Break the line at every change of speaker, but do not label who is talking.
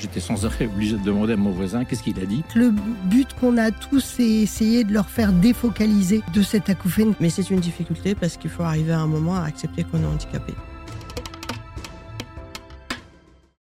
J'étais sans arrêt obligé de demander à mon voisin qu'est-ce qu'il a dit.
Le but qu'on a tous, c'est essayer de leur faire défocaliser de cette acouphène.
Mais c'est une difficulté parce qu'il faut arriver à un moment à accepter qu'on est handicapé.